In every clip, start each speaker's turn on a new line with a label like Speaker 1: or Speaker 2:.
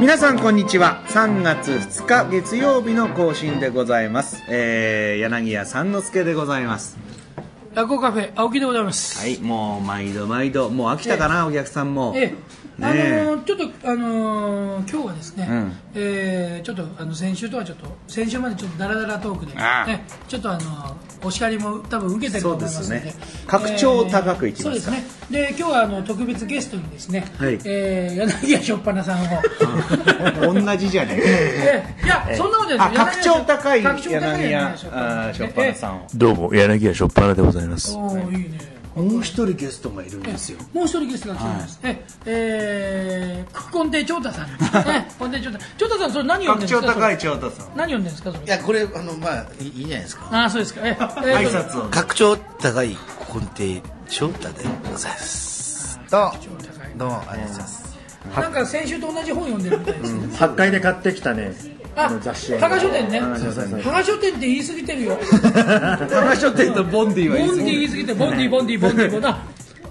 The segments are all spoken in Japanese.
Speaker 1: 皆さんこんにちは3月2日月曜日の更新でございます、えー、柳家三之助でございます
Speaker 2: 落語カフェ青木でございます。
Speaker 1: はいもう毎度毎度もう飽きたかな、お客さんも、
Speaker 2: ええあの
Speaker 1: ね
Speaker 2: ーちょっとあのー今日はですね、
Speaker 1: うん
Speaker 2: えーちょっとあの先週とはちょっと先週までちょっとダラダラトークで、
Speaker 1: ああ
Speaker 2: ね、ちょっとあのーお叱りも多分受けてると思いますの
Speaker 1: そうで
Speaker 2: で
Speaker 1: すね格調を高くいきますか
Speaker 2: そうですねで今日はあの特別ゲストにですね、
Speaker 1: はい
Speaker 2: えー柳家しょっぱ なさんを
Speaker 1: 同じじゃねえ
Speaker 2: ええいや、そんなこと
Speaker 1: あ
Speaker 2: ない
Speaker 1: 格調高い
Speaker 2: 格調高
Speaker 1: 柳家あーしょっぱな
Speaker 2: ん
Speaker 1: さんを
Speaker 3: どうも柳家しょっぱなでございます
Speaker 2: おーいいね
Speaker 4: もう一人ゲストがいるんですよ。
Speaker 2: もう一人ゲストが来ております。え、えー、コンテ長太さん。え、コンテ長太。長太さん、それ何読
Speaker 1: 格
Speaker 2: んでるんです
Speaker 1: 調
Speaker 2: か。
Speaker 1: 高い
Speaker 2: それ
Speaker 1: 長太さん
Speaker 2: 何読んでるんですか、そ
Speaker 4: い
Speaker 2: れ。
Speaker 4: や、これ、あの、まあ、いいいいじゃないですか。
Speaker 2: ああ、そうですか。え、え
Speaker 1: 挨
Speaker 2: ーと
Speaker 1: 拶を
Speaker 4: 拡張高い根底翔太でございます。どうも、
Speaker 2: 長太さん
Speaker 4: どうも、ありがとうございます。
Speaker 2: なんか先週と同じ本読んでるみたいですね。
Speaker 5: 8階で買ってきたね
Speaker 2: あ、
Speaker 5: 雑誌を
Speaker 2: 高書店ね。
Speaker 5: そうそうそう
Speaker 2: 高書店って言い過ぎてるよ。
Speaker 1: 高書店とボンディ
Speaker 2: ボ
Speaker 1: は
Speaker 2: ン
Speaker 1: いつ
Speaker 2: ディ
Speaker 1: も
Speaker 2: 言い過ぎて、ボンディ、ボンディ、ボンディ、ボンディ。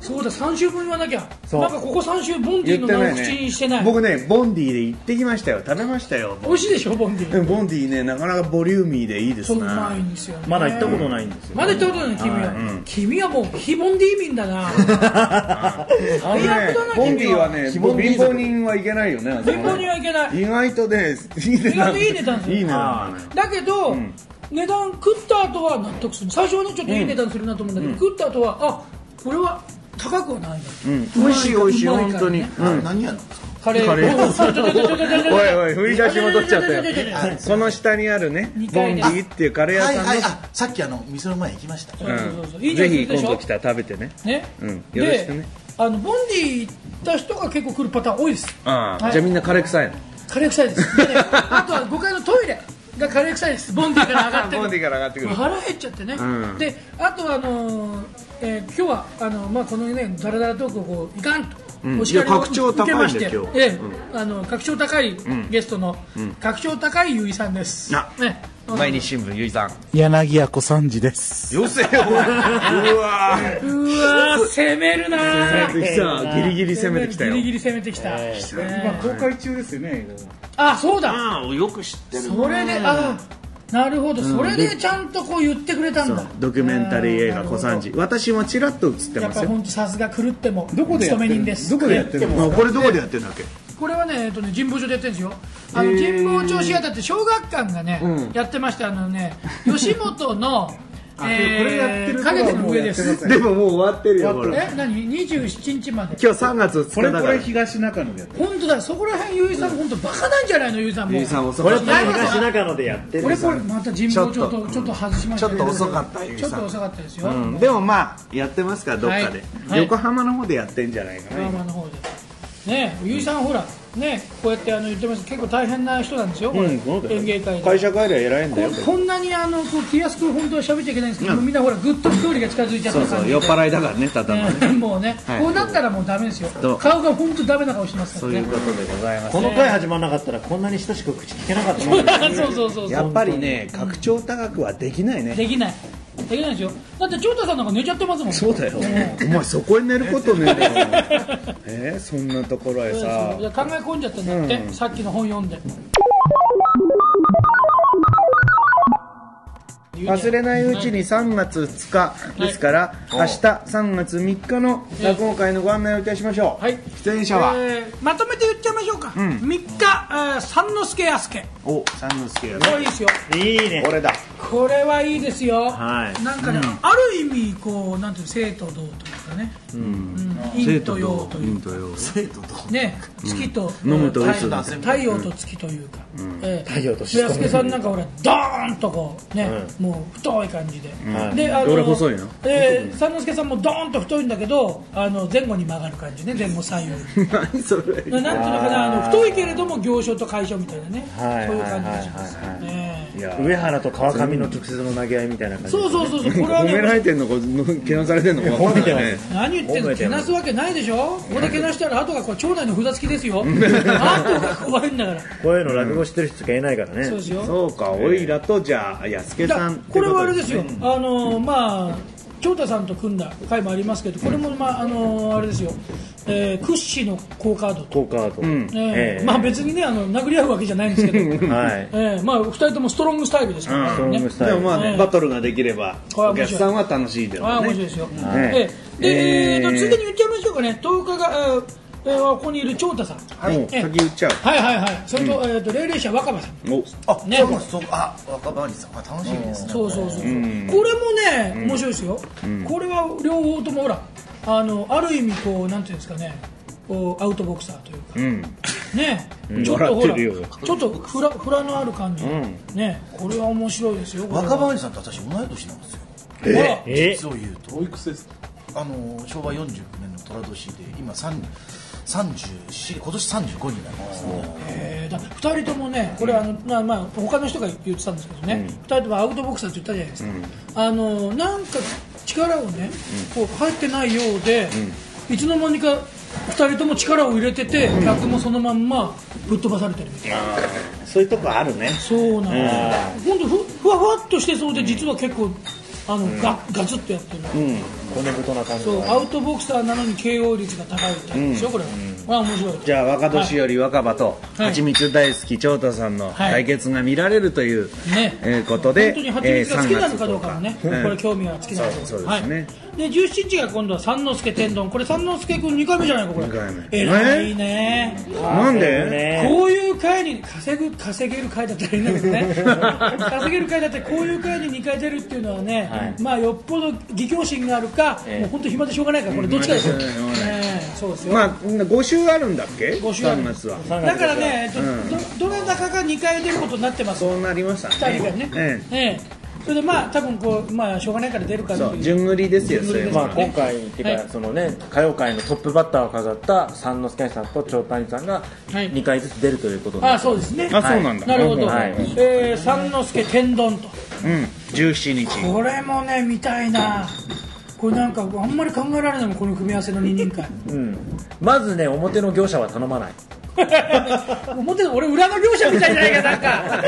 Speaker 2: そうだ、三週分言わなきゃ。なんかここ三週、ボンディの名を口にしてない。
Speaker 1: 僕ねボンディで行ってきましたよ食べましたよ
Speaker 2: 美味しいでしょ、ボンデ
Speaker 1: う
Speaker 2: ィ。
Speaker 1: んボンディねなかなかボリューミーでいいです
Speaker 2: そう
Speaker 1: ね
Speaker 2: うまいんですよね。
Speaker 5: まだ行ったことないんですよ
Speaker 2: まだ言ったことない君は、君はもう非ボンディー民だな
Speaker 1: あの
Speaker 2: 最悪
Speaker 1: ね
Speaker 2: だな、
Speaker 1: ボンディはね、
Speaker 4: 君
Speaker 1: も
Speaker 4: は
Speaker 1: う貧乏人はいけないよね。あそこ
Speaker 2: 貧
Speaker 1: ね
Speaker 2: 乏にはいけない
Speaker 1: 意外とね、いい値
Speaker 2: 意外
Speaker 1: 段。
Speaker 2: といい値段する
Speaker 1: いい値段。
Speaker 5: あ
Speaker 2: だけど、値段食った後は納得する最初はねちょっといい値段するなと思うんだけど、食った後はあこれは高くはないな、うん、
Speaker 1: 美味しい美味しい本当に。うん
Speaker 4: 何やるんですか
Speaker 2: カレー
Speaker 1: カレー
Speaker 2: おいちょちょちょちょちょちょちょ
Speaker 1: おいおい振り出し戻っちゃったよ
Speaker 2: ちょちょちょちょちょちょ
Speaker 1: その下にあるね、ボン
Speaker 2: 二
Speaker 1: デ
Speaker 2: 階です
Speaker 1: ィっていうカレー屋
Speaker 4: はい、
Speaker 1: さ
Speaker 4: は
Speaker 1: ん
Speaker 4: い、
Speaker 1: の。
Speaker 4: あ、さっきあの、店の前行きました。
Speaker 2: そうそうそういい
Speaker 1: うん
Speaker 2: じゃ
Speaker 1: ぜ
Speaker 2: ん
Speaker 1: ひ
Speaker 2: でし
Speaker 1: 今
Speaker 2: ょ
Speaker 1: 度来たら食べてね。
Speaker 2: ね、
Speaker 1: うんよろしくね
Speaker 2: であのボンディ行った人が結構来るパターン多いです
Speaker 1: あ
Speaker 2: は
Speaker 1: あ、
Speaker 2: い
Speaker 1: じゃあみんなカレー臭いの。
Speaker 2: カレー臭 いですでねあとは5階のトイレがカレー臭いですボンディから上がってく る
Speaker 1: ボンディから上がってくる
Speaker 2: 腹減っちゃってね、
Speaker 1: うん
Speaker 2: であとはあのーえー今日はあの、まあ、このねダラダラトークをこういかんと、
Speaker 1: ん
Speaker 2: お叱り
Speaker 1: いや
Speaker 2: を
Speaker 1: 格調高いんだ
Speaker 2: まして
Speaker 1: 今日
Speaker 2: ええあの格調高いゲストの、格調高いゆいさんです
Speaker 1: あ
Speaker 2: ね
Speaker 1: 毎日新聞ゆいさん。
Speaker 3: 柳家小三治です
Speaker 1: よせよ。おいうわ
Speaker 2: うわー攻めるなー
Speaker 1: ー。さあギリギリ攻めてきたよ
Speaker 2: ギリ。ギリ攻めてきた、
Speaker 5: 今公開中ですよね
Speaker 2: あそうだ、
Speaker 1: ああ、よく知ってる。
Speaker 2: それであなるほど、それでちゃんとこう言ってくれたんだ
Speaker 1: ドキュメンタリー映画小三治。私もちらっと映って
Speaker 2: や
Speaker 1: ま
Speaker 2: っ
Speaker 1: す
Speaker 2: ぱり
Speaker 1: よ。
Speaker 2: 本当さすが狂っても勤め人です
Speaker 5: てる
Speaker 1: あこれどこでやってるんだっけ
Speaker 2: これはね、えっとね、神保町でやってるんですよあの神保町シアターって小学館がね、やってましてあ のね吉本のえー、影の上です
Speaker 1: でももう終わってるよ、ほら。
Speaker 2: え何27日まで
Speaker 1: 今日3月2日
Speaker 5: これ
Speaker 1: だ
Speaker 5: こ
Speaker 1: から
Speaker 5: れ東中野でやって
Speaker 2: 本当だそこら辺ゆいさん本当バカなんじゃないのゆいさんも
Speaker 1: ゆいさん遅
Speaker 5: こ
Speaker 1: かっ
Speaker 5: れこ
Speaker 1: た
Speaker 5: れ東中野でやってる
Speaker 2: これこれまた神保町とちょっと外しましたけど
Speaker 4: ちょっと遅かったゆい
Speaker 2: ち
Speaker 4: さ
Speaker 2: ょっ
Speaker 4: ん
Speaker 2: と遅かったですよ、
Speaker 1: うんでもまあやってますからどっかで、
Speaker 2: はいはい
Speaker 1: 横浜の方でやってんじゃないか
Speaker 2: ド
Speaker 1: な、
Speaker 2: ラマの方でねえゆいさんほらねこうやってあの言ってます結構大変な人なんですよ、これ
Speaker 1: うんそうだよ
Speaker 2: 演芸会で
Speaker 1: 会社帰りは偉いんだよ
Speaker 2: ここんなにあのこう気安く本当は喋っちゃいけないんですけど、みんなほらぐっと距離が近づいちゃった
Speaker 1: そう
Speaker 2: 感
Speaker 1: そ
Speaker 2: じで
Speaker 1: う酔っ払いだからねただのね、
Speaker 2: ねもうね、
Speaker 1: はい
Speaker 2: こうなったらもうダメです
Speaker 1: ど
Speaker 2: よ
Speaker 1: う
Speaker 2: 顔が本当ダメな顔してますか
Speaker 1: と
Speaker 2: ら
Speaker 1: い
Speaker 2: ね
Speaker 1: うことでございます
Speaker 5: この回始まらなかったらこんなに親しく口聞けなかったもん
Speaker 2: そうそうそうそ
Speaker 1: や
Speaker 2: う
Speaker 1: っぱりね拡張高くはできないね
Speaker 2: できないできないですよだって長太さんなんか寝ちゃってますもん
Speaker 1: そうだよお前そこに寝ることねえだろ えーそんなところへ
Speaker 2: そう
Speaker 1: さ
Speaker 2: ですよ考え込んじゃったんだって、さっきの本読んで
Speaker 1: 忘れないうちに3月2日ですから、明日3月3日の落語会のご案内をいたしましょう、
Speaker 2: はい
Speaker 1: 出演者は、
Speaker 2: えーまとめて言っちゃいましょうか、三3日、えー三之助康介
Speaker 1: お三之助や
Speaker 2: これ
Speaker 1: ね
Speaker 2: いいですよ
Speaker 5: いいね
Speaker 1: 俺だ
Speaker 2: これはいいですよ、
Speaker 5: はい
Speaker 2: なんかね、ある意味こうなんていうの生と同というかね、うん陰と陽というか
Speaker 4: 生徒と。
Speaker 2: ね月と、
Speaker 1: 飲むと
Speaker 2: 太
Speaker 1: 嘘だ
Speaker 2: 太陽と月というか、ええ
Speaker 5: 太陽と月
Speaker 2: 平助さんなんかほらドーンとこうね、もう太い感じで、
Speaker 5: はい
Speaker 2: であ
Speaker 1: 俺細いの
Speaker 2: ええ三之助さんもドーンと太いんだけどあの前後に曲がる感じね前後左右に
Speaker 1: 何そ れ
Speaker 2: ななんていうのかなあの太いけれども行商と解消みたいなね、
Speaker 5: はい
Speaker 2: そういう感じがしますよね、
Speaker 5: 上原と川上の直接の投げ合いみたいな感じ
Speaker 2: そうそうそうそうこれは
Speaker 1: 褒めら
Speaker 2: ね
Speaker 1: れてんのかのけなされてんのか分かんないね
Speaker 2: 何言ってん
Speaker 5: 褒
Speaker 2: の
Speaker 5: めて
Speaker 2: け
Speaker 5: る
Speaker 2: なすわけないでしょここでけなしたら後がこれ町内の札付きですよ後が怖いんだから
Speaker 5: こういうの落語してる人しかいないからね
Speaker 2: そうですよ
Speaker 1: そうかおいらとじゃあ安助
Speaker 2: だ
Speaker 1: さん
Speaker 2: これはあれです
Speaker 1: よ
Speaker 2: よ、あのまあ、京太さんと組んだ回もありますけどこれも、まああのーあれですよ、えー、屈指の好カードと、
Speaker 5: 効果と、うん
Speaker 2: えーまあ、別にねあの殴り合うわけじゃないんですけ ど、
Speaker 5: はい
Speaker 2: えーまあ、2人ともストロングスタイルですから、
Speaker 5: ストロングスタイ
Speaker 1: で
Speaker 5: ル
Speaker 1: もまあね、
Speaker 2: うん
Speaker 1: バトルができれば
Speaker 2: はい
Speaker 1: お客さんは楽しいで
Speaker 2: ああ
Speaker 1: ろう
Speaker 2: 面
Speaker 1: ね
Speaker 2: 白いですよ、
Speaker 5: い
Speaker 2: ええで、え
Speaker 1: えー
Speaker 2: ーとついでに言っちゃいましょうかね10日が、えーえーここにいる長太さんはい、
Speaker 1: もう
Speaker 2: ええ
Speaker 1: 先言っちゃう
Speaker 2: はいはいはいそれと,、えー、と霊霊者若葉さん
Speaker 1: お
Speaker 4: あ、
Speaker 2: ね
Speaker 4: そうかそうか。あ、若林さん。あ、楽しみですね。
Speaker 2: そうそうそうそう、これもね、面白いですよ、これは両方ともほらあのある意味こうなんていうんですかねこうアウトボクサーというか、ね、ちょっとほ
Speaker 1: 笑
Speaker 2: ら
Speaker 1: ってるよ
Speaker 2: ちょっとフラフラのある感じ、ねこれは面白いですよこれは
Speaker 4: 若林さんと私同い年なんですよ。
Speaker 2: ほら
Speaker 5: え
Speaker 4: そういうと。おいくつですあの、昭和49年の虎年で、今三三十四、今年三十五になりますね。
Speaker 2: えーだ2人ともね、これあの、なまあ、他の人が言ってたんですけどね、2人ともアウトボクサーって言ったじゃないですか、あのなんか力をね、こう入ってないようで、いつの間にか2人とも力を入れてて、客もそのまんまぶっ飛ばされてるみたいな、
Speaker 5: そういうとこあるね
Speaker 2: そうなんですよ、本当ふ、ふわふわっとしてそうで、実は結構、あのガガツッとやってる、
Speaker 5: 骨太な感じ
Speaker 2: そう
Speaker 5: が
Speaker 2: アウトボクサーなのに KO 率が高いみたいなんですよ、これは。これは面白い
Speaker 1: じゃあ若年より若葉と
Speaker 2: はい
Speaker 1: 蜂蜜大好き長太さんの対決が見られるという、
Speaker 2: ね、
Speaker 1: えーことで
Speaker 2: 本当に蜂蜜が好きなのかどうかもね、
Speaker 1: えー3月とか
Speaker 2: これ興味は尽きない
Speaker 1: そうそうですね
Speaker 2: はい、で17日が今度は三之助天丼これ三之助君2回目じゃないかこれ
Speaker 1: 二回目
Speaker 2: 偉いね、
Speaker 1: なんで、
Speaker 5: ね
Speaker 2: こういう回に稼ぐ稼げる回だったらいいんだけど ね稼げる回だったらこういう回に2回出るっていうのはね、まあよっぽど義教心があるか、もう本当暇でしょうがないからこれどっちかですよ、
Speaker 1: うん
Speaker 2: ええそうですよ、
Speaker 1: まあ5週あるんだっけ
Speaker 2: 五週ある
Speaker 1: 3月は
Speaker 2: だからね、えっとどどれだかが2回出ることになってます
Speaker 1: そうなりました
Speaker 2: 二
Speaker 1: ね
Speaker 2: 人がね、
Speaker 1: ええ
Speaker 2: ええそれでまあ多分こうまあしょうがないから出るか
Speaker 1: そ
Speaker 2: ら
Speaker 1: う順繰りですよ
Speaker 2: 順繰りで
Speaker 1: そ
Speaker 2: す
Speaker 1: れ
Speaker 5: まあ
Speaker 1: は
Speaker 5: 今回っていう
Speaker 2: は
Speaker 5: か
Speaker 2: い
Speaker 5: そのね歌謡界のトップバッターを飾った三之助さんと長谷さんが
Speaker 2: はい
Speaker 5: 2回ずつ出るということに
Speaker 2: あ
Speaker 5: な
Speaker 2: あ
Speaker 5: って
Speaker 2: そう
Speaker 5: ま
Speaker 2: ですすね
Speaker 1: あそうなんだ、
Speaker 2: なるほど、
Speaker 5: はい
Speaker 2: えー三之助天丼と
Speaker 1: うん17日
Speaker 2: これもね見たいなこれなんかあんまり考えられないもんこの組み合わせの二人会
Speaker 5: うんまずね表の業者は頼まない
Speaker 2: 表の俺裏の業者みたいじゃないかなん か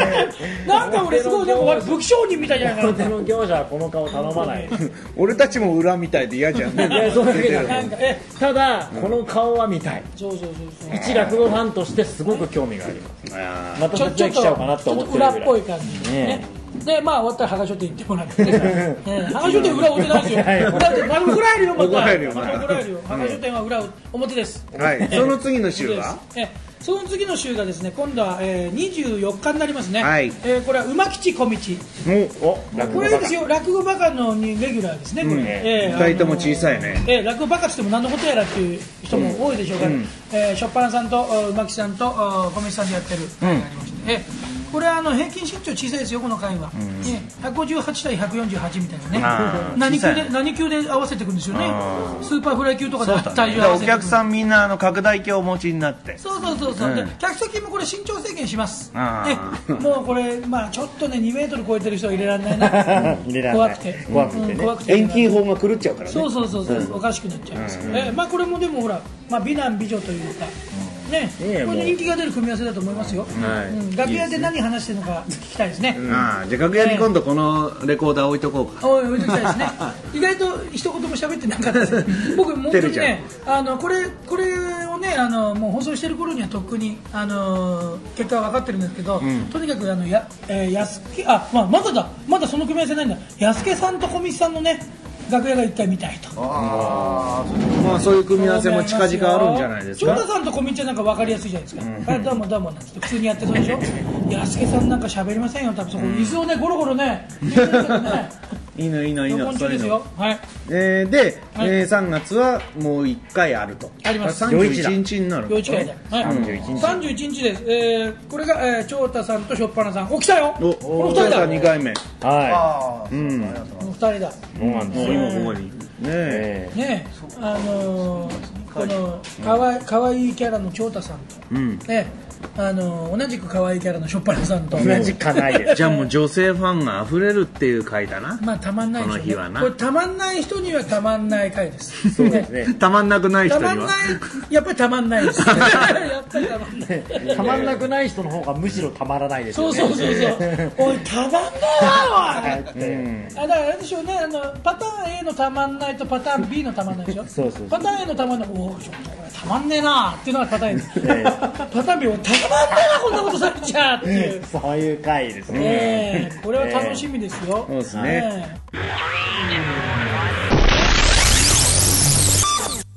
Speaker 2: なんか俺すごいなんか悪い武器商人みたいじゃないか
Speaker 5: 表の業者はこの顔頼まない
Speaker 1: 俺たちも裏みたいで嫌じ ゃんね
Speaker 5: いやそうだけじゃな
Speaker 2: ないんかえ
Speaker 5: ただこの顔は見たい
Speaker 2: そうそうそうそう
Speaker 5: 一落語ファンとしてすごく興味があります
Speaker 1: あ
Speaker 5: また
Speaker 2: ちょ
Speaker 5: そっちへ来ちゃおうかなと思ってるぐらい
Speaker 2: ちょっと裏っぽい感じね
Speaker 5: ね
Speaker 2: でまあ終わったら羽賀書店行ってもらってねね羽賀書店裏表なんですよ
Speaker 5: はい
Speaker 2: だってまた怒られるよまた
Speaker 1: 怒られるよ
Speaker 2: ま
Speaker 1: ま
Speaker 2: た
Speaker 1: た
Speaker 2: 怒られるよ羽賀書店は裏表です
Speaker 1: ーはいその次の週
Speaker 2: で
Speaker 1: は
Speaker 2: すえその次の週がですね今度は、えー、24日になりますね、
Speaker 1: はい
Speaker 2: えーこれは馬吉小道
Speaker 5: お落
Speaker 2: こ
Speaker 5: 語
Speaker 2: れ
Speaker 5: バ
Speaker 2: です
Speaker 5: カ
Speaker 2: よ落語バカのにレギュラーですねこれ、えー
Speaker 1: 2人とも小さいね
Speaker 2: えー落語ばっかっつっても何のことやらっていう人も多いでしょうから、えーしょっぱなさんとあ馬木さんとあ小道さんでやってる会がありまして、えーこれはあの平均身長小さいですよこの会は、ね158対148みたいなね何級で何級で合わせていくんですよねスーパーフライ級とかで体重合わせていく
Speaker 1: んみんなあの拡大鏡をお持ちになって
Speaker 2: そうそうそうそう、で客席もこれ身長制限します、
Speaker 1: あ
Speaker 2: ね、もうこれ、まあ、ちょっとね2メートル超えてる人は入れられないな
Speaker 5: 入れられな
Speaker 2: 怖
Speaker 5: い
Speaker 2: くて
Speaker 5: 怖くてね
Speaker 2: うん怖くて
Speaker 1: 遠近法が狂っちゃうからね
Speaker 2: そうそうそうそう、おかしくなっちゃいます、えまあこれもでもほら、まあ、美男美女というか、ね
Speaker 5: え
Speaker 2: これ
Speaker 5: もう
Speaker 2: で人気が出る組み合わせだと思いますよ、
Speaker 5: はい
Speaker 2: うん、楽屋で何話してるのか聞きたいですね、
Speaker 1: ああじゃあ楽屋に今度このレコーダー置いとこうか
Speaker 2: おい置いときたいですね意外と一言も喋ってなかったです僕本当
Speaker 1: 照れ
Speaker 2: に
Speaker 1: ちゃ
Speaker 2: ねあのこれこれをねあのもう放送してる頃にはとっくにあの結果は分かってるんですけど、とにかくあのや、えー、やすけあ、まあ、まだだまだその組み合わせないんだやすけさんと小道さんのね楽屋が一回見たいと
Speaker 1: まあそういう組み合わせも近々あるんじゃないです
Speaker 2: 長
Speaker 1: か
Speaker 2: 田さんと小道はなんか分かりやすいじゃないですか、あどうもどうもなんつって普通にやってそうでしょやすけさんなんか喋りませんよ多分そこ椅子をねゴロゴロね見てるけどね
Speaker 1: いいのいいのいい
Speaker 2: 録
Speaker 1: の
Speaker 2: 音
Speaker 1: そ
Speaker 2: 中
Speaker 1: うい
Speaker 2: で
Speaker 1: う
Speaker 2: す
Speaker 1: の
Speaker 2: よはい
Speaker 1: えーで、
Speaker 2: はい
Speaker 1: えー3月はもう1回あると
Speaker 2: あります
Speaker 1: 31日になる
Speaker 2: 幼稚会で、はい、
Speaker 5: 31
Speaker 2: 31日です、えー、これが、えー、長太さんとしょっぱなさんお来たよ
Speaker 1: お
Speaker 2: この
Speaker 1: お
Speaker 2: 二
Speaker 1: 父
Speaker 2: 人
Speaker 1: さ
Speaker 2: だ
Speaker 1: ん2回目
Speaker 5: は
Speaker 4: ああ、うん。ありがとうございま
Speaker 2: この二人だ
Speaker 5: いそうなんです
Speaker 1: もう
Speaker 5: よ
Speaker 1: 今ここにねえ
Speaker 5: え
Speaker 2: ねえあのー、このかわいかわいいキャラの長太さんと、
Speaker 1: ん
Speaker 2: ねえあの同じく可愛いキャラのしょっぱなさんと
Speaker 5: 同じかな いです
Speaker 1: じゃあもう女性ファンが溢れるっていう回だな。
Speaker 2: まあたまんないでしょう
Speaker 1: この日はな
Speaker 2: これたまんない人にはたまんない回です
Speaker 5: そうですね
Speaker 1: たまんなくない人
Speaker 2: た
Speaker 1: には
Speaker 2: まんないやっぱりたまんないです やっぱりたまんない
Speaker 6: たまんなくない人の方がむしろたまらないです
Speaker 2: そ
Speaker 6: よ
Speaker 2: う
Speaker 6: ね
Speaker 2: そうそうそうおいたまんないわおいあだからあれでしょうねあのパターン A のたまんないとパターン B のたまんないでしょ
Speaker 5: そうそうそう
Speaker 2: パターン A のたまんないおおちょっとこれたまんねえなっていうのがパターン A です パターン B おいたまんねえなこんなことされちゃっていう
Speaker 6: そういう回ですね
Speaker 2: ねえこれは楽しみですよ、
Speaker 1: そうですね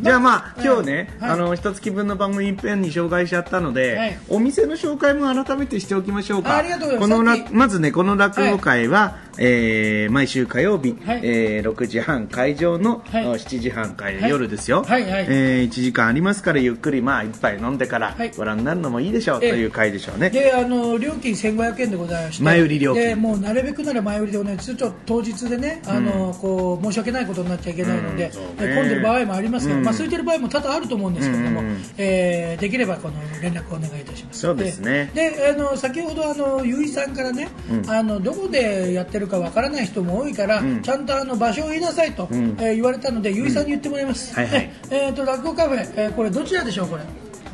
Speaker 1: じゃあまあ今日ね、
Speaker 2: はい
Speaker 1: あの一月分の番組いっぺんに紹介しちゃったので、
Speaker 2: はい
Speaker 1: お店の紹介も改めてしておきましょうか
Speaker 2: あありがとうございます
Speaker 1: この
Speaker 2: さっ
Speaker 1: ら
Speaker 2: き
Speaker 1: まずねこの落語会は、えー毎週火曜日、
Speaker 2: はい
Speaker 1: えー6時半会場の、
Speaker 2: はい
Speaker 1: あ7時半会、
Speaker 2: はい
Speaker 1: 夜ですよ、
Speaker 2: はいはい
Speaker 1: え1時間ありますからゆっくりまあ一杯飲んでから
Speaker 2: はい
Speaker 1: ご覧になるのもいいでしょう、
Speaker 2: ええ
Speaker 1: という会でしょうね、
Speaker 2: であの料金1500円でございまして
Speaker 1: 前売り料金
Speaker 2: でもうなるべくなら前売りでお願いすると当日でねあの、こう申し訳ないことになっちゃいけないので,、
Speaker 1: うんそうね
Speaker 2: で混んでる場合もありますから、まあ、空いてる場合も多々あると思うんですけれども、
Speaker 1: うん
Speaker 2: えーできればこの連絡をお願いいたします
Speaker 1: そうですね
Speaker 2: でであの先ほどあのゆいさんからね、あのどこでやってるかわからない人も多いから、ちゃんとあの場所を言いなさいと、えー言われたのでゆいさんに言ってもらいます、
Speaker 1: はいはい
Speaker 2: えーと落語カフェ、えーこれどちらでしょうこれ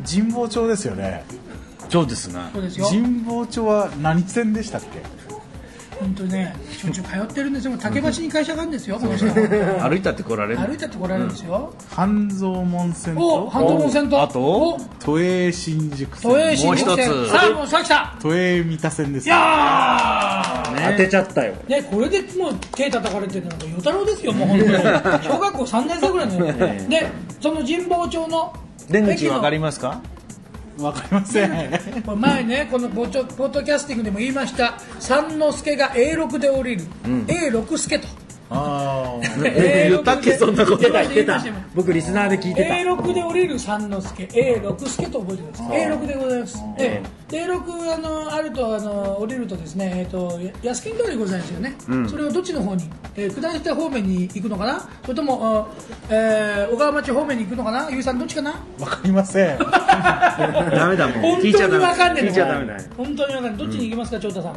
Speaker 7: 神保町ですよね
Speaker 1: そうですな
Speaker 2: そうですよ
Speaker 7: 神保町は何線でしたっけ
Speaker 2: 本当ね、しょっちゅう通ってるんですよ、竹橋に会社があるんですよ、この人
Speaker 1: 歩いたって来られる
Speaker 2: 歩いたって来られるんですよ、
Speaker 7: 半蔵門線
Speaker 2: お
Speaker 7: と
Speaker 2: 半島温泉と、
Speaker 1: あと
Speaker 2: お
Speaker 7: 都営新宿
Speaker 2: 都営
Speaker 7: 線
Speaker 2: 新
Speaker 1: も
Speaker 2: 宿
Speaker 1: う一
Speaker 2: 線、
Speaker 1: つ
Speaker 2: さあ、もうさきた、
Speaker 7: 都営三田線です
Speaker 2: い
Speaker 7: ね
Speaker 2: や
Speaker 5: 当てちゃったよ
Speaker 2: ー、ね、これでもう手叩かれてるなんか、与太郎ですよ、もう本当に、小学校3年生ぐらいの ね、で、その神保町の
Speaker 1: 出口わかり
Speaker 2: ま
Speaker 1: ますか
Speaker 7: わかりませ ん
Speaker 2: これ前ね、このポチョポッドキャスティングでも言いました、三之助が A6 で降りる、A6 助と。
Speaker 7: あ ー
Speaker 1: 言ったっけそんなこと
Speaker 2: 言いました言いました
Speaker 6: 僕リスナーで聞いてた
Speaker 2: A6 で降りる三之助 A6 助と覚えてください A6 でございます、ええで A6 あのあるとあの降りるとですね、えっとや安金通りございますよね、それをどっちの方に、えー、下下方面に行くのかなそれとも、あえー、小川町方面に行くのかなゆうさんどっちかな
Speaker 7: わかりません
Speaker 1: ダメだもん
Speaker 2: 本当
Speaker 1: 聞
Speaker 2: に
Speaker 1: いちゃダメ
Speaker 2: わかんねえ
Speaker 1: 聞いちゃダメだ
Speaker 2: だ本当にわかんないどっちに行きますか長太さん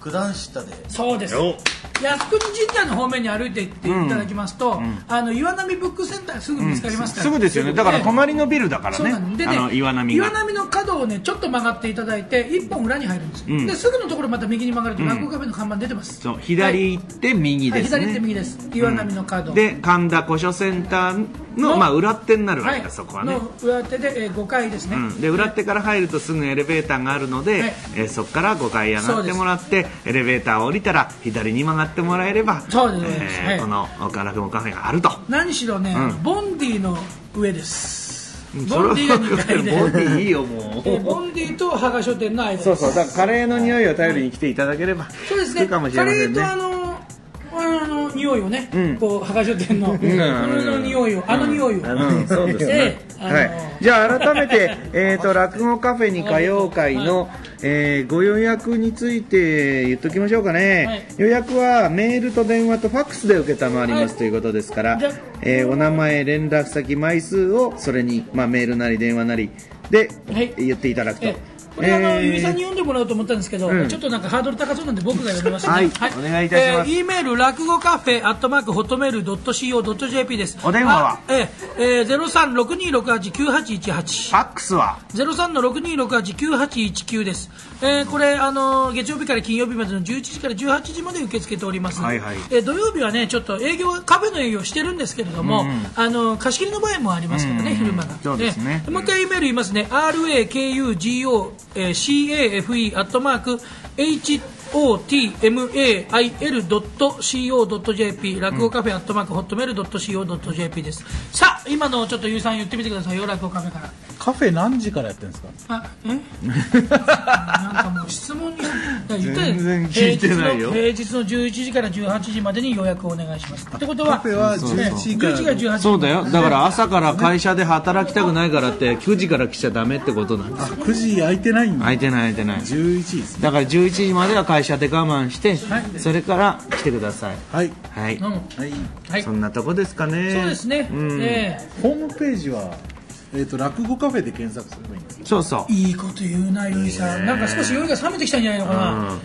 Speaker 4: 九段下で
Speaker 2: そうです
Speaker 1: よ
Speaker 2: 靖国神社の方面に歩いて行っていただきますと、あの岩波ブックセンターすぐ見つかりますから、
Speaker 1: すぐですよねだから隣のビルだから
Speaker 2: そうなん
Speaker 1: ね
Speaker 2: で
Speaker 1: あ
Speaker 2: ね
Speaker 1: の岩波が
Speaker 2: の角をねちょっと曲がっていただいて一本裏に入るんですよ、
Speaker 1: ん
Speaker 2: ですぐのところまた右に曲がると落語カフェの看板出てます、
Speaker 1: そう
Speaker 2: はい
Speaker 1: 左行って右
Speaker 2: はい
Speaker 1: です
Speaker 2: 左行って
Speaker 1: ね
Speaker 2: 右です岩波の角、
Speaker 1: で神田古書センターの
Speaker 2: の
Speaker 1: まあ裏手になるわ
Speaker 2: は
Speaker 1: け
Speaker 2: い
Speaker 1: だそこはね
Speaker 2: の裏手で、え5階ですね、
Speaker 1: うんで裏手から入るとすぐエレベーターがあるので、
Speaker 2: はい
Speaker 1: えーそこから5階上がってもらってエレベーターを降りたら左に曲がってもらえれば
Speaker 2: そうですそうですは
Speaker 1: え
Speaker 2: い
Speaker 1: ーこの岡楽もカフェがあると
Speaker 2: 何しろね、
Speaker 1: ん
Speaker 2: ボンディの上です
Speaker 1: それ
Speaker 2: ボン
Speaker 1: は
Speaker 2: ディが2階で
Speaker 1: ボンディいいよも
Speaker 2: えー
Speaker 1: う
Speaker 2: ボンディと羽賀書店の間です
Speaker 1: そうそうだからカレーの匂いを頼りに来ていただければ
Speaker 2: そうです
Speaker 1: 来
Speaker 2: ね。
Speaker 1: るかもし
Speaker 2: カ
Speaker 1: れま
Speaker 2: レ
Speaker 1: せん
Speaker 2: ーとあ
Speaker 1: ね
Speaker 2: のあの匂いをね、
Speaker 1: ん
Speaker 2: こう博書店の、この匂いを、あの匂いを、
Speaker 1: うんそうですね
Speaker 2: ええあの
Speaker 1: はい、じゃあ改めて、えー、と落語カフェに歌謡会の、えーご予約について言っときましょうかね、
Speaker 2: はい
Speaker 1: 予約はメールと電話とファックスで承ります、
Speaker 2: はい
Speaker 1: ということですから
Speaker 2: じゃあ、
Speaker 1: えーお名前連絡先枚数をそれに、まあ、メールなり電話なりで、
Speaker 2: はい
Speaker 1: 言っていただくと、
Speaker 2: ええこれあの、
Speaker 1: えー
Speaker 2: ゆみさんに読んでもらおうと思ったんですけど、
Speaker 1: うん
Speaker 2: ちょっとなんかハードル高そうなんで僕が読みました、
Speaker 1: はいお願いいたします
Speaker 2: E メール落語カフェアットマークホットメールドット CO ドット JP です。
Speaker 1: お電話は
Speaker 2: あえええー、ゼロ三六二六八九八一八
Speaker 1: フ。ァックスは
Speaker 2: ゼロ三の六二六八九八一九です。えー、これあの月曜日から金曜日までの十一時から十八時まで受け付けております。
Speaker 1: はいはい
Speaker 2: えー土曜日はねちょっと営業カフェの営業してるんですけれども、あの貸し切りの場合もありますからね、昼間が。
Speaker 1: そうですね
Speaker 2: えーもう一回 E メール言いますね。R A K U G O C A F E アットマーク H O T M A I L ドット C O ドット J P 落語カフェアットマークホットメールドット C O ドット J P です。さあ今のちょっとゆうさん言ってみてくださいよ落語カフェから。
Speaker 7: カフェ何時からやってるんですか
Speaker 2: あ えなんかもう質問に言ったよ
Speaker 1: 全然聞いてないよ
Speaker 2: 平日の平日の11時から18時までに予約をお願いしますってことは
Speaker 7: カフェは11時か
Speaker 2: 11
Speaker 7: ら
Speaker 2: 時から18時
Speaker 1: よだから朝から会社で働きたくないからって9時から来ちゃダメってことなんです
Speaker 7: 9時空いてないんで
Speaker 1: 空いてない空いてない
Speaker 7: 11時ですね
Speaker 1: だから11時までは会社で我慢して、
Speaker 2: はい
Speaker 1: それから来てください
Speaker 7: はい
Speaker 1: はい、
Speaker 2: うん
Speaker 7: はい
Speaker 2: はいそ
Speaker 1: そ
Speaker 2: うん
Speaker 1: なとこですかね
Speaker 2: ですね、
Speaker 1: うん
Speaker 2: ええ
Speaker 7: ホームページはえっと落語カフェで検索すればいいんです
Speaker 1: そうそう
Speaker 2: いいこと言うな、ゆいさん。なんか少し酔いが冷めてきたんじゃないのか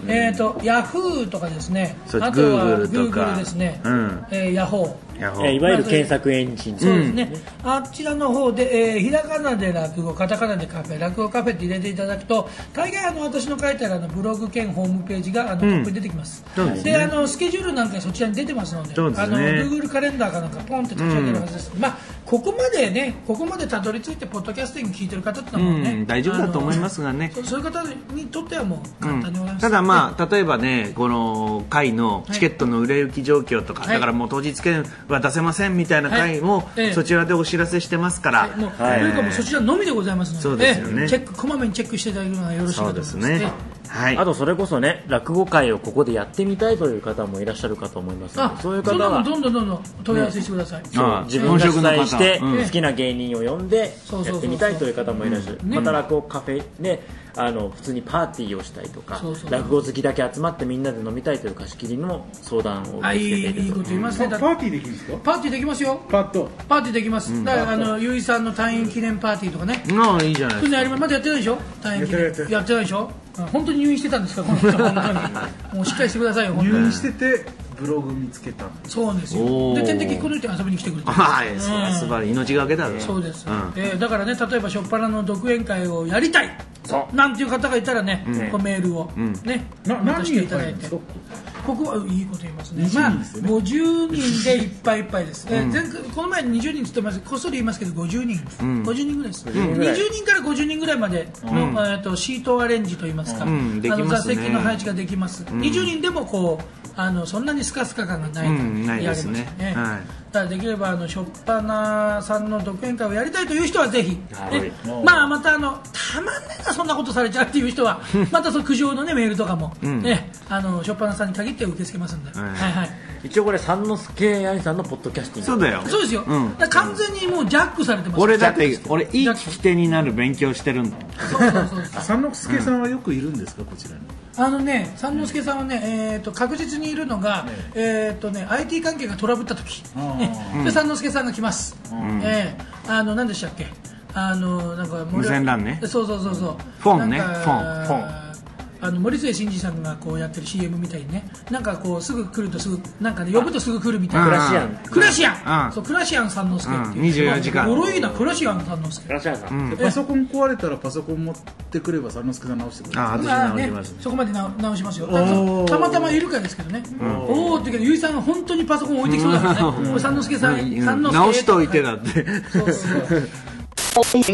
Speaker 2: な。えっ、と、ヤフーとかですね。
Speaker 1: そう
Speaker 2: あとは
Speaker 1: Google とか
Speaker 2: Google ですね。
Speaker 1: うん
Speaker 2: えーヤホー。
Speaker 1: ヤホ
Speaker 6: えーい
Speaker 1: ー
Speaker 6: わゆる検索エンジン
Speaker 2: そうですね、あちらの方で、えーひらがなで落語カタカナでカフェ落語カフェって入れていただくと大概あの私の書いてあるあのブログ兼ホームページがあの、トップに出てきます
Speaker 1: そうですね
Speaker 2: であのスケジュールなんかそちらに出てますので
Speaker 1: そうですね
Speaker 2: あの Google カレンダーかなんかポンって立ち上げるはずです、まあ、ここまでねここまでたどり着いてポッドキャスティング聞いてる方ってのはもうね、
Speaker 1: うん大丈夫だと思いますがね
Speaker 2: あのそそういう方にとってはもう
Speaker 1: う
Speaker 2: 簡単でございま
Speaker 1: ん
Speaker 2: す、
Speaker 1: ただまあ例えばねこの回のチケットの売れ行き状況とか、
Speaker 2: はい
Speaker 1: だからもう当日券は出せませんみたいな回も、
Speaker 2: はいええ
Speaker 1: そちらでお知らせしてますから、
Speaker 2: はいもう、
Speaker 1: はい
Speaker 2: というかもうそちらのみでございますので
Speaker 1: そうですよね
Speaker 2: ええチェックこまめにチェックしていただけるのがよろしいか
Speaker 1: そ
Speaker 2: と
Speaker 1: う
Speaker 2: 思い
Speaker 1: で
Speaker 2: ま
Speaker 1: すね、
Speaker 2: すええ
Speaker 1: はい
Speaker 5: あとそれこそね落語会をここでやってみたいという方もいらっしゃるかと思いますの
Speaker 2: あ
Speaker 5: でそういう方
Speaker 2: んなの
Speaker 5: は
Speaker 2: どんどんどんどん問い合わせしてください、
Speaker 1: ああ
Speaker 5: 自分が主催し
Speaker 1: 本
Speaker 5: て
Speaker 1: 職の方うん
Speaker 5: 好きな芸人を呼んで
Speaker 2: そうそうそうそう
Speaker 5: やってみたいという方もいらっしゃる
Speaker 2: ね
Speaker 5: また落語カフェであの普通にパーティーをしたいとか
Speaker 2: そうそう
Speaker 5: 落語好きだけ集まってみんなで飲みたいという貸し切りの相談を
Speaker 2: あ
Speaker 5: 受
Speaker 2: い
Speaker 5: け付けて
Speaker 2: いい
Speaker 5: い
Speaker 2: い
Speaker 5: る
Speaker 2: ことと言いますね、だ
Speaker 7: か
Speaker 2: っ
Speaker 7: パ
Speaker 2: て
Speaker 7: ーティーできるんですか
Speaker 2: パーティーできますよ
Speaker 7: パッと
Speaker 2: パーティーできます、だからあのゆいさんの退院記念パーティーとかね
Speaker 1: ああいいじゃないです
Speaker 2: そういうの
Speaker 1: か
Speaker 2: やりままだやってないでしょ退院記念
Speaker 7: やってない
Speaker 2: やってないでしょうん本当に入院してたんですかこの人本当にもうしっかりしてくださいよ本当
Speaker 7: 入
Speaker 2: に
Speaker 7: 院しててブログ見つけたんです
Speaker 2: そうなんですよ
Speaker 1: おー
Speaker 2: で点滴この人遊びに来てくれて
Speaker 1: はい、
Speaker 2: うん
Speaker 1: それは素晴らしい命がけだね
Speaker 2: そうです、
Speaker 1: ん
Speaker 2: えーだからね例えばしょっぱなの独演会をやりたいなんていう方がいたらね、こうメールを、ね
Speaker 7: な
Speaker 2: また
Speaker 7: 何
Speaker 2: して
Speaker 7: 人
Speaker 2: い
Speaker 7: い
Speaker 2: た
Speaker 7: た
Speaker 2: だ
Speaker 7: だ
Speaker 2: い
Speaker 7: い
Speaker 2: て
Speaker 7: てこ
Speaker 2: ここはいいこと言いますね
Speaker 7: 20
Speaker 2: まあ
Speaker 7: 人ですよね
Speaker 2: 50人でいっぱいいっぱいです、えー前回この前20人って言ってますこっそり言いますけど50人、50人ぐらいです、20人から50人ぐらいまでの、えー、とシートアレンジと言いますか、
Speaker 1: んで
Speaker 2: あ
Speaker 1: き
Speaker 2: の
Speaker 1: ま
Speaker 2: 座
Speaker 1: すね
Speaker 2: 席の配置ができます、20人でもこうあのそんなにスカスカ感がない感じ
Speaker 1: うんないで
Speaker 2: やれますす
Speaker 1: ね
Speaker 2: ね、ええ
Speaker 1: はい
Speaker 2: だからできればあのしょっぱなさんの独演会をやりたいという人はぜひ、
Speaker 5: はい
Speaker 2: ねまあまたあのたまんないなそんなことされちゃうっていう 人はまたその苦情のねメールとかも、ねあのしょっぱなさんに限って受け付けますんで、
Speaker 1: はい
Speaker 2: はいはい
Speaker 5: 一応これ三之助兄さんのポッドキャスティング
Speaker 1: そうだよ
Speaker 2: そうですよ、
Speaker 1: うん
Speaker 2: だから完全にもうジャックされてます
Speaker 1: 俺だって俺いい聞き手になる勉強してるんだ
Speaker 2: そうそうそう
Speaker 7: と三之助さんはよくいるんですかこちらに
Speaker 2: あのね三之助さんはね、えー、と確実にいるのが、えーとね、IT 関係がトラブった時、ねで三之助さんが来ます、えーあの何でしたっけあのなんか森
Speaker 1: 無線 LAN ね
Speaker 2: そうそうそうそう
Speaker 1: フォンね
Speaker 2: なんか
Speaker 1: フォンフォ
Speaker 2: あの森末慎二さんがこうやってる CM みたいにねなんかこうすぐ来るとすぐなんかね呼ぶとすぐ来るみたい
Speaker 1: うん
Speaker 2: な
Speaker 5: クラシアン
Speaker 2: クラシアン、
Speaker 1: うん
Speaker 2: そうクラシアン三之助っていう、
Speaker 1: うん24時間
Speaker 2: 呪いなクラシアン三之助
Speaker 5: クラシアンさん、
Speaker 7: でパソコン壊れたらパソコン持ってくれば三之助さん直してくれる
Speaker 1: あ私
Speaker 2: まあ
Speaker 1: 直
Speaker 2: ね
Speaker 1: します、、
Speaker 2: そこまで直直しますよ
Speaker 7: ー
Speaker 2: たまたまいるかですけどね、おおって言うけど、ゆいさんが本当にパソコン置いてきそうだからね、これ三之助さん、
Speaker 1: うん
Speaker 2: 三之助
Speaker 1: 直しといてだ って
Speaker 2: そうそう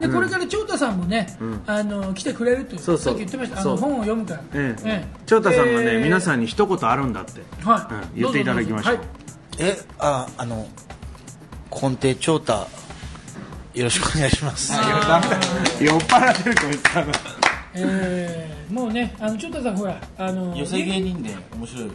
Speaker 2: でこれから長太さんもね、あの来てくれると
Speaker 1: そうそう
Speaker 2: さっき言ってましたあの
Speaker 1: そう
Speaker 2: 本を読むから、
Speaker 1: ええ長太さんがね、皆さ
Speaker 2: ん、
Speaker 1: んに一言あるんだって、
Speaker 2: はい
Speaker 1: うん言っていただきましょう
Speaker 2: どぞどぞ
Speaker 4: えああの根底調太よろしくお願いします
Speaker 1: 酔っ払ってるこいつ多分
Speaker 2: はいえーもうねあの長太さんほらあの
Speaker 4: 寄せ芸人で面白い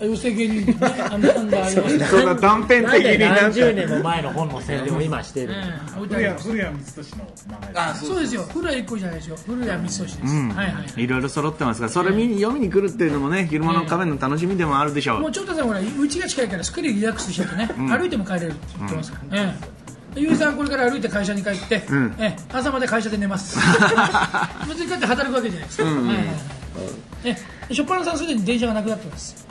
Speaker 2: 寄せ芸人でねあのなんだあれをね
Speaker 1: そんな断片
Speaker 6: なん
Speaker 1: 的
Speaker 6: で
Speaker 1: にな
Speaker 6: 何
Speaker 1: っちゃ
Speaker 6: 十
Speaker 1: う
Speaker 6: 年も前の本の宣伝を今してる
Speaker 2: うん置いてあ
Speaker 7: 古
Speaker 2: り
Speaker 7: 谷
Speaker 2: ます
Speaker 7: 古谷光俊の名前
Speaker 4: あ
Speaker 2: そうですよ古谷一個じゃないですよ古谷光俊です、はいはい
Speaker 1: いろいろ揃ってますからそれ見に読みに来るっていうのもね昼間のカフェの楽しみでもあるでしょ
Speaker 2: もう
Speaker 1: う
Speaker 2: ちょっとさんほらうちが近いからすっかりリラックスしちゃってね、歩いても帰れるって言ってますからね、ええゆうさんこれから歩いて会社に帰って、
Speaker 1: ん
Speaker 2: ええ朝まで会社で寝ます 別に帰って働くわけじゃないですか、はいはいはいええしょっぱなさんすでに電車がなくなってます、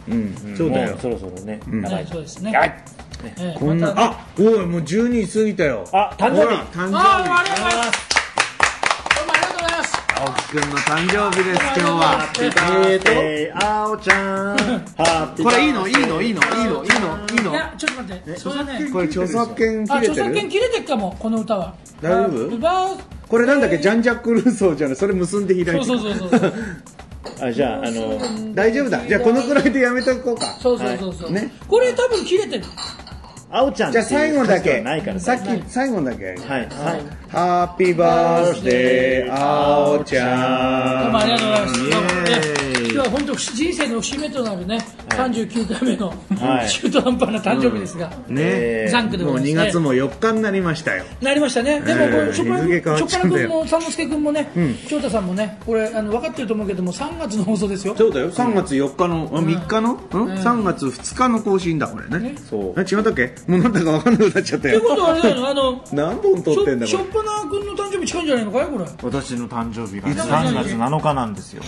Speaker 5: そうだよそろそろね、長
Speaker 2: はいい、そうですね、
Speaker 5: はい
Speaker 2: ええ
Speaker 1: こんなあおいもう12過ぎたよ
Speaker 5: あ誕生日
Speaker 1: ほら誕
Speaker 2: またあああ
Speaker 1: 生
Speaker 2: り
Speaker 1: 日
Speaker 2: がとうございますどうもありがとうございます
Speaker 1: 青木くんの誕生日です今日
Speaker 2: あ
Speaker 1: は
Speaker 2: りがとうございます
Speaker 5: えーとあおちゃんハッピー
Speaker 1: これいいのいいのいいのいいのいいのいい
Speaker 2: い
Speaker 1: の
Speaker 2: やちょっと待ってそれはね
Speaker 1: これ著作権
Speaker 2: あ
Speaker 1: 切れ
Speaker 2: 著
Speaker 1: て
Speaker 2: 作
Speaker 1: る
Speaker 2: 権切れてるかもこの歌は
Speaker 1: 大丈夫
Speaker 2: あ奪う
Speaker 1: これなんだっけジャンジャック・ルーソーじゃないそれ結んで開いて
Speaker 2: そう
Speaker 1: る
Speaker 2: そうそうそう
Speaker 5: あじゃああの
Speaker 1: 大丈夫だじゃあこのくらいでやめとこうか
Speaker 2: そうそうそうそう、
Speaker 1: ね
Speaker 2: これ多分切れてる
Speaker 5: あおちゃんっ
Speaker 1: じ
Speaker 5: て
Speaker 1: ゃ
Speaker 5: い
Speaker 1: あ最後
Speaker 5: う
Speaker 1: だ
Speaker 5: 歌詞
Speaker 1: け
Speaker 5: はないから
Speaker 1: さっき最後だけ
Speaker 5: はいはい
Speaker 1: ハッピーバースデーあおちゃん
Speaker 2: どうもありがとうございます
Speaker 1: イエーイ
Speaker 2: 日は本当人生の節目となるね、39回目の
Speaker 1: はい
Speaker 2: 中途半端な誕生日ですが、
Speaker 1: ね、
Speaker 2: ザンクでご
Speaker 1: もう
Speaker 2: ざい
Speaker 1: 2
Speaker 2: ますね
Speaker 1: 月も4日になりましたよ
Speaker 2: なりましたね、で
Speaker 1: え
Speaker 2: もこれ、
Speaker 1: ー
Speaker 2: しょっぱ
Speaker 1: 日付変
Speaker 2: な
Speaker 1: わ
Speaker 2: し
Speaker 1: っ
Speaker 2: ょっ
Speaker 1: ちゃ
Speaker 2: ぱ
Speaker 1: うん
Speaker 2: な
Speaker 1: だよ
Speaker 2: 君も、三之助君もね、翔太さんもね、これあの、分かってると思うけども、3月の放送ですよ、
Speaker 1: そうだよ3月4日の、あ3日の、うん3月2日の更新だこれね
Speaker 5: そう
Speaker 1: あ違ったっけもうなんだか分かんなくなっちゃった
Speaker 2: という
Speaker 1: よ
Speaker 2: ことはあれだよね、あの
Speaker 1: 何本撮ってんだ
Speaker 2: し
Speaker 1: こ
Speaker 2: ょしょっぱな君の誕生日近いんじゃないのかい、これ。
Speaker 6: 私の誕生日が3月7日なんですよ。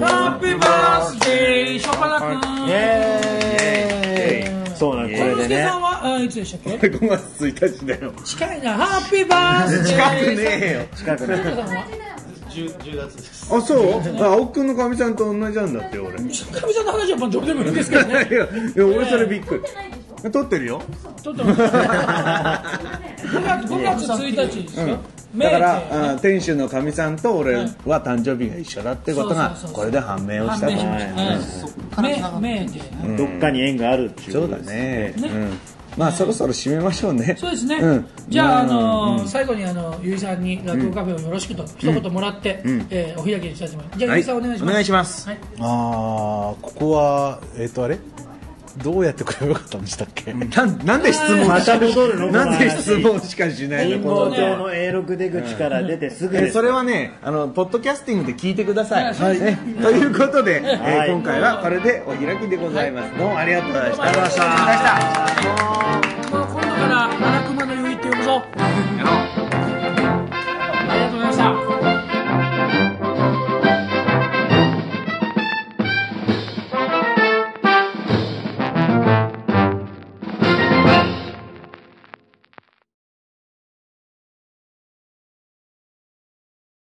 Speaker 2: ハッピーバースデー、しょっぱな君。
Speaker 5: そうなんこ
Speaker 2: 三
Speaker 5: れ
Speaker 2: 之助
Speaker 5: でね
Speaker 2: さんは、あいつでしたっけ
Speaker 1: れ5月1日だよ
Speaker 2: 近いな、ハッピーバースデー。
Speaker 1: 近くねえよ
Speaker 2: 翔太さんは
Speaker 1: あそうあ奥のかみさんと同じなんだって俺い
Speaker 2: かみさんの話はまあどうでもいいんですけど ね
Speaker 1: やいや俺それびっくり撮ってるよ
Speaker 2: ちょっと待って 5月5月1日ですよ、明
Speaker 1: だ
Speaker 2: 治
Speaker 1: からあ店主のかみさんと俺は誕生日が一緒だってことが
Speaker 2: そうそうそうそう
Speaker 1: これで判明をしたと
Speaker 2: 判明しました明明治
Speaker 5: どっかに縁があるっていう
Speaker 1: そうだねうんまあそろそろ締めましょうね
Speaker 2: そうですね、
Speaker 1: うん
Speaker 2: じゃあ、あのー最後にあのゆいさんに落語カフェをよろしくと、一言もらって、えーお開きにしたいと思いますじゃあ、
Speaker 1: は
Speaker 2: ゆいさんお願いします
Speaker 1: お願いします
Speaker 2: はい
Speaker 3: あー、ここは、えっ、と、あれどうやって来ればよかったんでしたっけ
Speaker 1: なんなんで質問
Speaker 5: ま
Speaker 1: しか
Speaker 5: た戻るの
Speaker 1: なんで質問しかしない
Speaker 5: 貧
Speaker 1: の
Speaker 5: 乏町の A6 出口から出てすぐ
Speaker 1: え
Speaker 5: で
Speaker 1: ー
Speaker 5: す
Speaker 1: それはねあのポッドキャスティングで聞いてください、
Speaker 2: はい
Speaker 1: ねということで、えー
Speaker 5: はい
Speaker 1: 今回はこれでお開きでございます、どうもありがとうございました
Speaker 2: どうもありがとうございま
Speaker 1: ありがとうございました
Speaker 2: もう今度から奈良熊のゆいって呼ぶぞ
Speaker 1: やろう